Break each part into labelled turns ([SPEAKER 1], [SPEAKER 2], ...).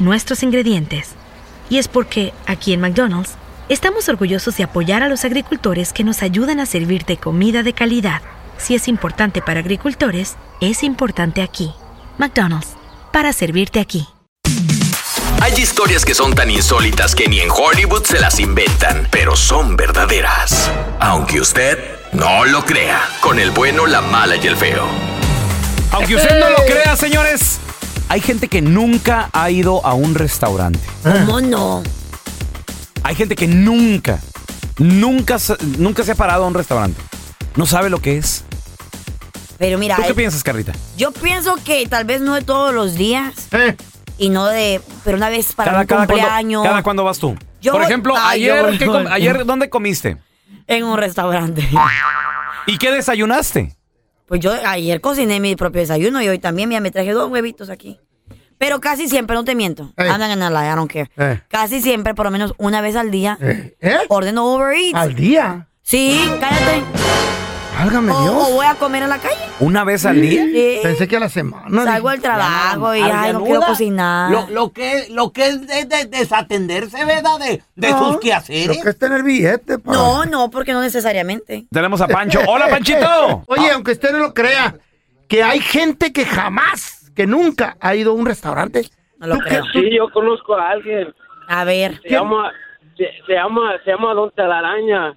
[SPEAKER 1] nuestros ingredientes. Y es porque, aquí en McDonald's, estamos orgullosos de apoyar a los agricultores que nos ayudan a servirte comida de calidad. Si es importante para agricultores, es importante aquí. McDonald's, para servirte aquí.
[SPEAKER 2] Hay historias que son tan insólitas que ni en Hollywood se las inventan, pero son verdaderas. Aunque usted no lo crea, con el bueno, la mala y el feo.
[SPEAKER 3] Aunque usted no lo crea, señores, hay gente que nunca ha ido a un restaurante.
[SPEAKER 4] ¿Cómo no?
[SPEAKER 3] Hay gente que nunca, nunca, se- nunca se ha parado a un restaurante. No sabe lo que es.
[SPEAKER 4] Pero mira,
[SPEAKER 3] ¿Tú qué
[SPEAKER 4] eh,
[SPEAKER 3] piensas, Carlita?
[SPEAKER 4] yo pienso que tal vez no de todos los días y no de, pero una vez para un cumpleaños
[SPEAKER 3] cuando, cada cuándo vas tú.
[SPEAKER 4] Yo
[SPEAKER 3] Por
[SPEAKER 4] voy-
[SPEAKER 3] ejemplo,
[SPEAKER 4] Ay, yo
[SPEAKER 3] ayer,
[SPEAKER 4] voy-
[SPEAKER 3] ¿qué com- ayer, ¿dónde comiste?
[SPEAKER 4] en un restaurante.
[SPEAKER 3] ¿Y qué desayunaste?
[SPEAKER 4] Pues yo ayer cociné mi propio desayuno y hoy también mira, me traje dos huevitos aquí. Pero casi siempre, no te miento,
[SPEAKER 5] Ey.
[SPEAKER 4] andan en la I don't care.
[SPEAKER 5] Eh.
[SPEAKER 4] Casi siempre, por lo menos una vez al día,
[SPEAKER 5] Eh, ¿Eh?
[SPEAKER 4] ordeno Uber Eats.
[SPEAKER 5] ¿Al día?
[SPEAKER 4] Sí, cállate.
[SPEAKER 5] Válgame
[SPEAKER 4] O,
[SPEAKER 5] Dios.
[SPEAKER 4] o voy a comer en la calle.
[SPEAKER 3] ¿Una vez al día?
[SPEAKER 4] Sí.
[SPEAKER 5] Pensé que a la semana.
[SPEAKER 4] eh. Salgo del trabajo y ay, no quiero cocinar.
[SPEAKER 6] Lo, lo que, lo que es de, de- desatenderse, ¿verdad? De, de sus
[SPEAKER 5] Lo
[SPEAKER 6] quehaceres.
[SPEAKER 5] que es tener billete, pa.
[SPEAKER 4] No, eh, no, porque no necesariamente.
[SPEAKER 3] Tenemos a Pancho. ¡Hola, Panchito!
[SPEAKER 5] Oye, aunque usted no lo crea, que hay gente que jamás, que nunca ha ido a un restaurante.
[SPEAKER 4] No lo
[SPEAKER 5] ¿Tú qué-
[SPEAKER 4] creo.
[SPEAKER 5] tú-
[SPEAKER 7] Sí, yo conozco a alguien.
[SPEAKER 4] A ver.
[SPEAKER 7] Se llama, se, se llama, se llama Don Telaraña.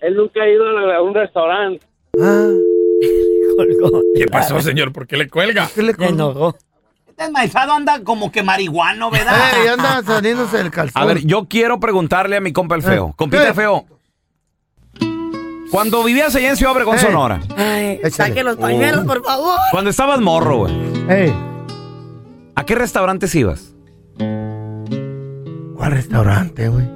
[SPEAKER 7] Él nunca ha ido a un restaurante.
[SPEAKER 8] ¿Qué pasó, señor? ¿Por qué le cuelga?
[SPEAKER 5] ¿Qué le con-
[SPEAKER 6] Este enmaizado anda como que marihuano, ¿verdad?
[SPEAKER 5] Ey, anda saliéndose el calzón.
[SPEAKER 3] A ver, yo quiero preguntarle a mi compa el feo. Compita
[SPEAKER 5] Eh.
[SPEAKER 3] el feo. Cuando vivías allá en Ciudad Obregón,
[SPEAKER 5] Eh.
[SPEAKER 3] Sonora,
[SPEAKER 4] Ay,
[SPEAKER 5] Échale. Oh.
[SPEAKER 4] saque los pañuelos, por favor.
[SPEAKER 3] cuando estabas morro, güey,
[SPEAKER 5] Ey,
[SPEAKER 3] ¿a qué restaurantes ibas?
[SPEAKER 5] ¿cuál restaurante, güey?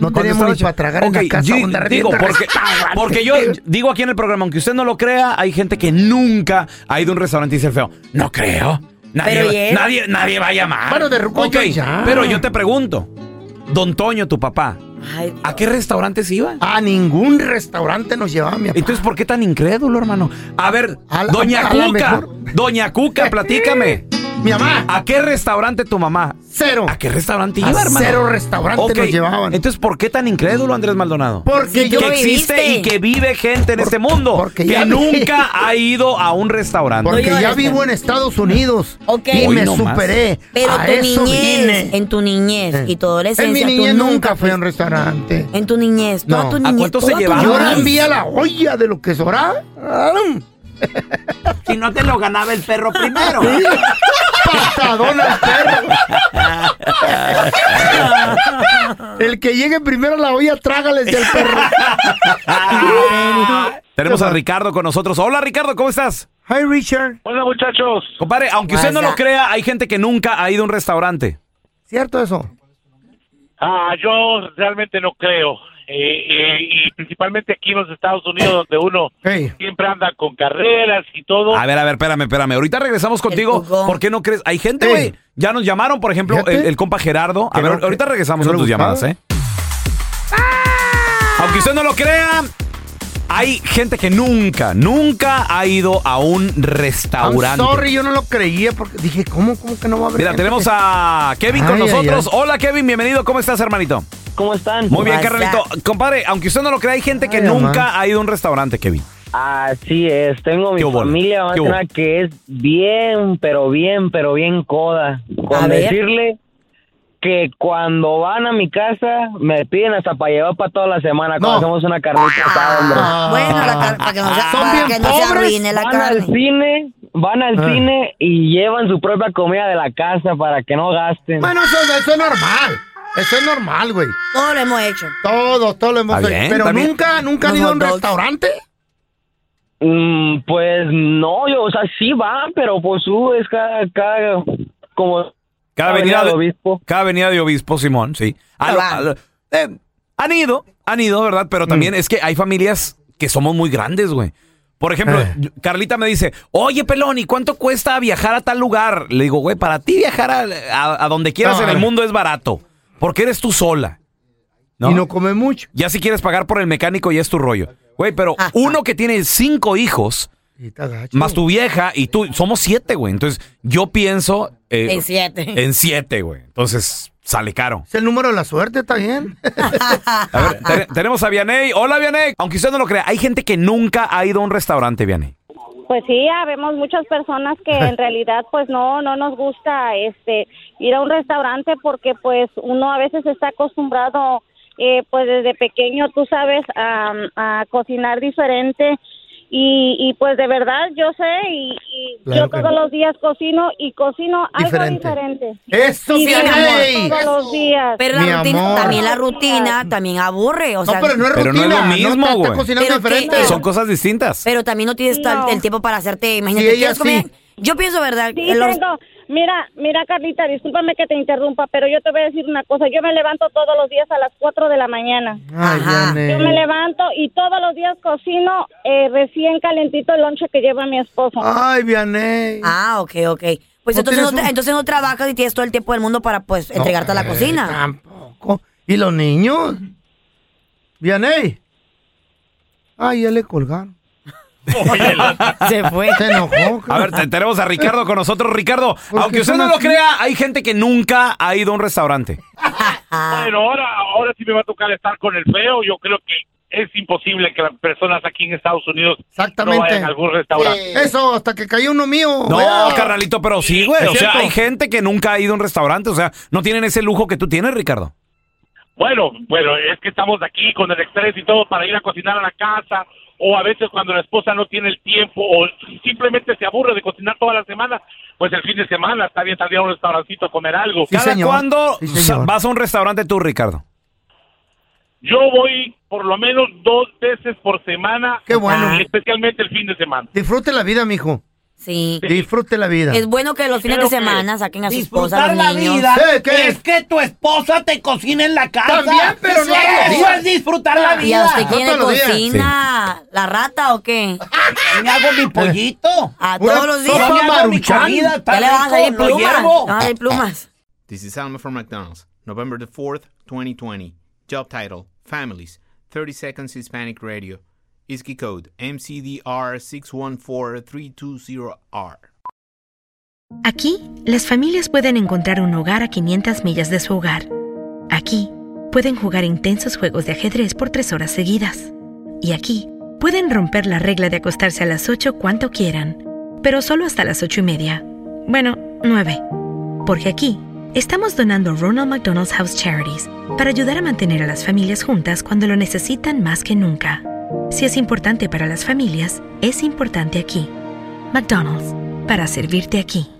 [SPEAKER 5] No
[SPEAKER 3] Cuando
[SPEAKER 5] tenemos ni
[SPEAKER 3] estabas-
[SPEAKER 5] para tragar
[SPEAKER 3] Ok,
[SPEAKER 5] en la casa.
[SPEAKER 3] di-
[SPEAKER 5] vamos a andar
[SPEAKER 3] digo,
[SPEAKER 5] viendo
[SPEAKER 3] porque,
[SPEAKER 5] restaurantes.
[SPEAKER 3] porque yo digo aquí en el programa, aunque usted no lo crea, hay gente que nunca ha ido a un restaurante y dice el feo. No creo. Nadie,
[SPEAKER 4] Pero,
[SPEAKER 3] va-
[SPEAKER 4] ¿y él?
[SPEAKER 3] nadie, nadie va a llamar.
[SPEAKER 5] Bueno, de ruco
[SPEAKER 3] Ok,
[SPEAKER 5] yo ya.
[SPEAKER 3] Pero yo te pregunto, don Toño, tu papá,
[SPEAKER 4] Ay,
[SPEAKER 3] ¿a qué restaurantes iba?
[SPEAKER 5] A ningún restaurante nos llevaba mi papá.
[SPEAKER 3] Entonces, ¿por qué tan incrédulo, hermano? A ver,
[SPEAKER 5] Mm. A la-
[SPEAKER 3] doña
[SPEAKER 5] a la
[SPEAKER 3] Cuca,
[SPEAKER 5] mejor.
[SPEAKER 3] doña Cuca, platícame.
[SPEAKER 5] Mi mamá,
[SPEAKER 3] ¿A qué restaurante tu mamá?
[SPEAKER 5] cero.
[SPEAKER 3] ¿A qué restaurante
[SPEAKER 5] A
[SPEAKER 3] iba, hermano?
[SPEAKER 5] cero restaurante
[SPEAKER 3] Ok,
[SPEAKER 5] nos llevaban.
[SPEAKER 3] Entonces, ¿por qué tan incrédulo, Andrés Maldonado?
[SPEAKER 5] Porque
[SPEAKER 4] Sí,
[SPEAKER 5] yo
[SPEAKER 4] tú
[SPEAKER 3] que existe
[SPEAKER 4] viviste.
[SPEAKER 3] y que vive gente en este mundo
[SPEAKER 5] porque
[SPEAKER 3] que
[SPEAKER 5] ya vi.
[SPEAKER 3] nunca ha ido a un restaurante.
[SPEAKER 5] Porque
[SPEAKER 4] No, yo-
[SPEAKER 5] ya vivo en Estados Unidos
[SPEAKER 4] Ok.
[SPEAKER 5] y
[SPEAKER 3] Hoy
[SPEAKER 5] me
[SPEAKER 3] no más.
[SPEAKER 5] superé.
[SPEAKER 4] Pero
[SPEAKER 5] a
[SPEAKER 4] tu
[SPEAKER 5] eso
[SPEAKER 4] niñez,
[SPEAKER 5] vine.
[SPEAKER 4] en tu niñez
[SPEAKER 5] Eh.
[SPEAKER 4] y tu adolescencia,
[SPEAKER 5] En mi
[SPEAKER 4] tú
[SPEAKER 5] niñez nunca fui a un
[SPEAKER 4] fuiste.
[SPEAKER 5] restaurante.
[SPEAKER 4] En tu niñez, toda
[SPEAKER 5] No.
[SPEAKER 4] tu
[SPEAKER 5] ¿A
[SPEAKER 4] niñez.
[SPEAKER 3] cuánto se
[SPEAKER 4] toda tu
[SPEAKER 3] llevaban?
[SPEAKER 5] Yo
[SPEAKER 4] niñez.
[SPEAKER 5] ahora envía la olla de lo que sobraba. ¡Aram!
[SPEAKER 6] Si no te lo ganaba el perro primero.
[SPEAKER 5] Patadón al perro. El que llegue primero a la olla, trágales del perro.
[SPEAKER 6] Ah.
[SPEAKER 3] Tenemos a Ricardo con nosotros. Hola, Ricardo, ¿cómo estás?
[SPEAKER 5] Hi, Richard.
[SPEAKER 7] Hola, muchachos.
[SPEAKER 3] Compadre, aunque usted no
[SPEAKER 4] Pasa.
[SPEAKER 3] lo crea, hay gente que nunca ha ido a un restaurante.
[SPEAKER 5] ¿Cierto eso?
[SPEAKER 7] Ah, yo realmente no creo. Eh, eh, y principalmente aquí en los Estados Unidos, donde uno
[SPEAKER 5] Hey.
[SPEAKER 7] siempre anda con carreras y todo.
[SPEAKER 3] A ver, a ver, espérame, espérame. Ahorita regresamos contigo.
[SPEAKER 4] jugó.
[SPEAKER 3] ¿Por qué no crees? Hay gente,
[SPEAKER 5] Ey.
[SPEAKER 3] güey, Ya nos llamaron, por ejemplo, el, el compa Gerardo. A
[SPEAKER 9] Que
[SPEAKER 3] ver,
[SPEAKER 9] no-
[SPEAKER 3] ahorita
[SPEAKER 9] que-
[SPEAKER 3] regresamos
[SPEAKER 9] que
[SPEAKER 3] a
[SPEAKER 9] no
[SPEAKER 3] tus
[SPEAKER 9] lo
[SPEAKER 3] llamadas,
[SPEAKER 9] buscaba.
[SPEAKER 3] ¿eh?
[SPEAKER 5] ¡Ah!
[SPEAKER 3] Aunque usted no lo crea, hay gente que nunca, nunca ha ido a un
[SPEAKER 5] I'm
[SPEAKER 3] restaurante.
[SPEAKER 5] sorry, yo no lo creía porque dije, ¿cómo, cómo que no va a haber?
[SPEAKER 3] Mira,
[SPEAKER 5] gente
[SPEAKER 3] tenemos
[SPEAKER 5] que-
[SPEAKER 3] a Kevin con
[SPEAKER 5] Ay, ay,
[SPEAKER 3] nosotros.
[SPEAKER 5] ay.
[SPEAKER 3] Hola, Kevin, bienvenido. ¿Cómo estás, hermanito?
[SPEAKER 10] ¿Cómo están?
[SPEAKER 3] Muy bien,
[SPEAKER 10] ¿Cómo
[SPEAKER 3] carnalito. Compadre, aunque usted no lo crea, hay gente que
[SPEAKER 10] Ay,
[SPEAKER 3] nunca
[SPEAKER 10] mamá.
[SPEAKER 3] ha ido a un restaurante, Kevin.
[SPEAKER 10] Así es, tengo mi
[SPEAKER 3] ¿Qué hubo?
[SPEAKER 10] familia más
[SPEAKER 3] ¿Qué
[SPEAKER 10] que
[SPEAKER 3] hubo?
[SPEAKER 10] nada que es bien, pero bien, pero bien coda. Con
[SPEAKER 11] A ver.
[SPEAKER 10] decirle que cuando van a mi casa me piden hasta para llevar para toda la semana cuando hacemos una carnita asada, hombre.
[SPEAKER 4] Bueno, la car- para que no se,
[SPEAKER 10] Ah.
[SPEAKER 4] para que no se arruine la
[SPEAKER 10] van
[SPEAKER 4] carne.
[SPEAKER 10] al cine, van al
[SPEAKER 4] Ah.
[SPEAKER 10] cine y llevan su propia comida de la casa para que no gasten.
[SPEAKER 5] Bueno, eso, eso es normal. Eso es normal, güey.
[SPEAKER 4] Todo lo hemos hecho.
[SPEAKER 5] Todo, todo lo hemos
[SPEAKER 10] Está
[SPEAKER 5] hecho.
[SPEAKER 10] bien,
[SPEAKER 5] Pero
[SPEAKER 10] está bien.
[SPEAKER 5] nunca, nunca han
[SPEAKER 10] Los
[SPEAKER 5] ido a
[SPEAKER 10] hot
[SPEAKER 5] un
[SPEAKER 10] dogs.
[SPEAKER 5] restaurante.
[SPEAKER 10] Mm, pues no, yo, o sea, sí van, pero pues uh, es cada, cada, como...
[SPEAKER 3] Cada avenida de
[SPEAKER 10] lo vi-
[SPEAKER 3] obispo. Cada avenida de obispo, Simón, sí. A lo- a lo- eh, han ido, han ido, ¿verdad? Pero también es que hay familias que somos muy grandes, güey. Por ejemplo, yo- Carlita me dice, oye, Pelón, ¿y cuánto cuesta viajar a tal lugar? Le digo, güey, para ti viajar a, a- a donde quieras
[SPEAKER 5] No,
[SPEAKER 3] en el
[SPEAKER 5] no.
[SPEAKER 3] mundo es barato. Porque eres tú sola. Y no come mucho. Ya si quieres pagar por el mecánico, ya es tu rollo. Güey, pero uno que tiene cinco hijos, más tu vieja y tú, somos siete, güey. Entonces, yo pienso... eh,
[SPEAKER 4] En siete.
[SPEAKER 3] en siete, güey. Entonces, sale caro.
[SPEAKER 5] Es el número de la suerte, está bien.
[SPEAKER 3] A ver, te- tenemos a Vianey. Hola, Vianey. Aunque usted no lo crea, hay gente que nunca ha ido a un restaurante, Vianey.
[SPEAKER 12] Pues sí, habemos muchas personas que en realidad pues no no nos gusta este ir a un restaurante porque pues uno a veces está acostumbrado eh, pues desde pequeño tú sabes a, a cocinar diferente y, y, pues de verdad yo sé y, y
[SPEAKER 13] Claro
[SPEAKER 12] yo
[SPEAKER 13] que
[SPEAKER 12] todos
[SPEAKER 13] no.
[SPEAKER 12] los días cocino y cocino algo
[SPEAKER 13] Diferente.
[SPEAKER 12] diferente.
[SPEAKER 5] Eso,
[SPEAKER 12] Y
[SPEAKER 4] Fianey.
[SPEAKER 12] vemos todos los días.
[SPEAKER 4] Pero la rutina, también la rutina también aburre. O sea,
[SPEAKER 3] pero no es Pero no es rutina, lo mismo, no, está- está güey. cocinando
[SPEAKER 4] Pero que-
[SPEAKER 3] diferente. Son cosas distintas.
[SPEAKER 4] Pero también no tienes tal-
[SPEAKER 12] No.
[SPEAKER 4] el tiempo para hacerte, imagínate,
[SPEAKER 12] ella
[SPEAKER 4] ¿quieres comer?
[SPEAKER 12] sí.
[SPEAKER 4] Yo pienso, ¿verdad?
[SPEAKER 12] Sí,
[SPEAKER 4] En los-
[SPEAKER 12] tengo. Mira, mira, Carlita, discúlpame que te interrumpa, pero yo te voy a decir una cosa. Yo me levanto todos los días a las 4 de la mañana. Yo me levanto y todos los días cocino eh, recién calentito el lonche que lleva mi esposo.
[SPEAKER 5] Ay, Vianey.
[SPEAKER 4] Ah, ok, ok. Pues
[SPEAKER 5] ¿No
[SPEAKER 4] entonces, no,
[SPEAKER 5] tienes
[SPEAKER 4] tra- entonces no trabajas y tienes todo el tiempo del mundo para pues entregarte a la
[SPEAKER 5] eh,
[SPEAKER 4] cocina.
[SPEAKER 5] Tampoco. ¿Y los niños? Vianey. Ay, ya le colgaron.
[SPEAKER 4] Se fue.
[SPEAKER 5] Se enojó.
[SPEAKER 3] A ver, te- tenemos a Ricardo con nosotros. Ricardo,
[SPEAKER 5] Porque
[SPEAKER 3] aunque usted
[SPEAKER 5] son
[SPEAKER 3] no lo
[SPEAKER 5] así.
[SPEAKER 3] crea, hay gente que nunca ha ido a un restaurante.
[SPEAKER 4] Ah,
[SPEAKER 7] Bueno, ahora, ahora sí me va a tocar estar con el feo. Yo creo que es imposible que las personas aquí en Estados Unidos no vayan a algún restaurante.
[SPEAKER 5] Eso, hasta que cayó uno mío.
[SPEAKER 3] No,
[SPEAKER 5] Vea.
[SPEAKER 3] carnalito, pero sí, güey.
[SPEAKER 5] Es
[SPEAKER 3] O sea,
[SPEAKER 5] cierto.
[SPEAKER 3] hay gente que nunca ha ido a un restaurante. O sea, no tienen ese lujo que tú tienes, Ricardo.
[SPEAKER 7] Bueno, bueno, es que estamos aquí con el estrés y todo para ir a cocinar a la casa o a veces cuando la esposa no tiene el tiempo o simplemente se aburre de cocinar toda la semana, pues el fin de semana está bien salir a un restaurancito a comer algo.
[SPEAKER 3] ¿Cada cuándo sa- vas a un restaurante tú, Ricardo?
[SPEAKER 7] Yo voy por lo menos dos veces por semana,
[SPEAKER 5] Qué bueno.
[SPEAKER 7] y especialmente el fin de semana.
[SPEAKER 5] Disfrute la vida, mijo.
[SPEAKER 4] Sí.
[SPEAKER 5] Disfrute la vida.
[SPEAKER 4] Es bueno que los fines de
[SPEAKER 5] Creo que
[SPEAKER 4] semana saquen a su esposa, a
[SPEAKER 6] Disfrutar la
[SPEAKER 4] los niños.
[SPEAKER 6] vida
[SPEAKER 5] Sí, ¿qué?
[SPEAKER 6] es que tu esposa te cocina en la casa.
[SPEAKER 4] También, pero no todos los
[SPEAKER 6] Eso
[SPEAKER 4] días.
[SPEAKER 6] es disfrutar la vida.
[SPEAKER 4] ¿Y a usted quién le
[SPEAKER 6] No todos los días.
[SPEAKER 4] cocina? ¿La rata o qué?
[SPEAKER 6] Me hago mi
[SPEAKER 5] pues,
[SPEAKER 6] pollito.
[SPEAKER 4] A
[SPEAKER 6] Una
[SPEAKER 4] todos los días.
[SPEAKER 6] sopa
[SPEAKER 4] Yo me hago mi
[SPEAKER 6] maruchan.
[SPEAKER 4] comida,
[SPEAKER 6] está
[SPEAKER 4] Ya le van a
[SPEAKER 6] rico,
[SPEAKER 4] salir
[SPEAKER 6] lo
[SPEAKER 4] plumas. Le
[SPEAKER 6] hiervo.
[SPEAKER 4] van a salir plumas.
[SPEAKER 14] This is Alma from McDonald's, November the 4th, 2020. Job title Families, 30 Seconds Hispanic Radio. ISKI code MCDR614320R.
[SPEAKER 1] Aquí, las familias pueden encontrar un hogar a 500 millas de su hogar. Aquí, pueden jugar intensos juegos de ajedrez por tres horas seguidas. Y aquí, pueden romper la regla de acostarse a las 8 cuanto quieran, pero solo hasta las 8 y media. Bueno, 9. Porque aquí, estamos donando Ronald McDonald's House Charities para ayudar a mantener a las familias juntas cuando lo necesitan más que nunca. Si es importante para las familias, es importante aquí. McDonald's, para servirte aquí.